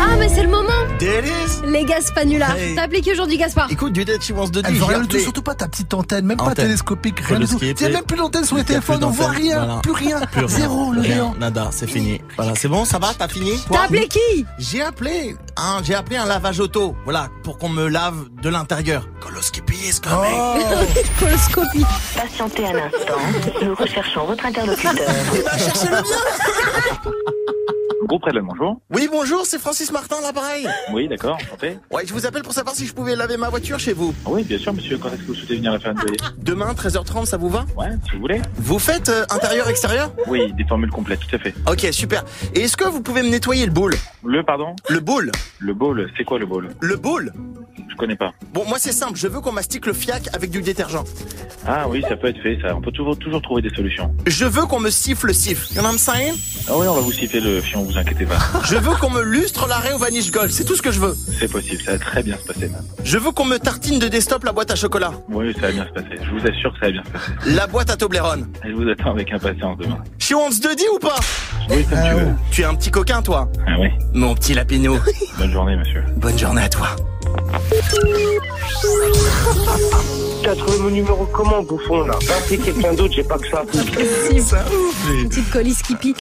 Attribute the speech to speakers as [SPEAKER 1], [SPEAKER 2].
[SPEAKER 1] Ah, mais c'est le moment
[SPEAKER 2] Délise
[SPEAKER 1] Les Gaspanulas
[SPEAKER 2] Hey.
[SPEAKER 1] T'as appelé qui aujourd'hui, Gaspard
[SPEAKER 2] Ah. Écoute, du Dead She Wants de
[SPEAKER 3] Elle
[SPEAKER 2] Je
[SPEAKER 3] veut
[SPEAKER 2] l'ai
[SPEAKER 3] rien du tout,
[SPEAKER 2] appelé.
[SPEAKER 3] surtout pas ta petite antenne, même pas
[SPEAKER 2] Antenne.
[SPEAKER 3] télescopique,
[SPEAKER 2] Faut
[SPEAKER 3] rien du
[SPEAKER 2] le
[SPEAKER 3] tout. Il
[SPEAKER 2] skipper.
[SPEAKER 3] n'y a même plus d'antenne sur les
[SPEAKER 2] Il y a
[SPEAKER 3] téléphones,
[SPEAKER 2] plus
[SPEAKER 3] on voit
[SPEAKER 2] d'antenne,
[SPEAKER 3] rien,
[SPEAKER 2] voilà.
[SPEAKER 3] plus rien,
[SPEAKER 2] Plus rien,
[SPEAKER 3] zéro le
[SPEAKER 2] rien,
[SPEAKER 3] géant.
[SPEAKER 2] Nada, c'est fini. Voilà, c'est bon, ça va, t'as fini
[SPEAKER 1] T'as appelé qui
[SPEAKER 2] J'ai appelé, hein, j'ai appelé un lavage auto, voilà, pour qu'on me lave de l'intérieur. Coloskipis, quand même.
[SPEAKER 3] Oh.
[SPEAKER 1] Coloscopie.
[SPEAKER 4] Patientez un instant, nous recherchons votre interlocuteur.
[SPEAKER 5] Groupe Redland, bonjour.
[SPEAKER 2] Oui, bonjour, c'est Francis Martin, l'appareil.
[SPEAKER 5] Oui, d'accord, enchanté.
[SPEAKER 2] Ouais, je vous appelle pour savoir si je pouvais laver ma voiture chez vous.
[SPEAKER 5] Ah Oui, bien sûr, monsieur, quand est-ce que vous souhaitez venir la faire nettoyer
[SPEAKER 2] Demain, 13h30, ça vous va
[SPEAKER 5] Ouais, si vous voulez.
[SPEAKER 2] Vous faites intérieur-extérieur
[SPEAKER 5] Oui, des formules complètes, tout à fait.
[SPEAKER 2] Ok, super. Et est-ce que vous pouvez me nettoyer le boule
[SPEAKER 5] Le, pardon
[SPEAKER 2] Le boule
[SPEAKER 5] Le bowl, c'est quoi le bowl
[SPEAKER 2] Le boule
[SPEAKER 5] Je connais pas.
[SPEAKER 2] Bon, moi c'est simple, je veux qu'on mastique le fiac avec du détergent.
[SPEAKER 5] Ah oui, ça peut être fait, ça. On peut toujours, toujours trouver des solutions.
[SPEAKER 2] Je veux qu'on me siffle le siffle. You know what I'm saying
[SPEAKER 5] Ah oui, on va vous citer le fion, vous inquiétez pas.
[SPEAKER 2] Je veux qu'on me lustre l'arrêt au vanish gold, c'est tout ce que je veux.
[SPEAKER 5] C'est possible, ça va très bien se passer, même.
[SPEAKER 2] Je veux qu'on me tartine de déstop la boîte à chocolat,
[SPEAKER 5] Oui, ça va bien se passer. Je vous assure que ça va bien se passer.
[SPEAKER 2] la boîte à Toblerone.
[SPEAKER 5] Je vous attends avec impatience demain.
[SPEAKER 2] She wants de dit ou pas
[SPEAKER 5] Oui, comme tu veux.
[SPEAKER 2] Tu es un petit coquin toi,
[SPEAKER 5] Ah oui.
[SPEAKER 2] mon petit lapinou.
[SPEAKER 5] Bonne journée, monsieur.
[SPEAKER 2] Bonne journée à toi.
[SPEAKER 6] T'as trouvé mon numéro comment, bouffon, là Va appeler quelqu'un d'autre, j'ai pas que ça.
[SPEAKER 1] Impossible. Une petite colis skippy.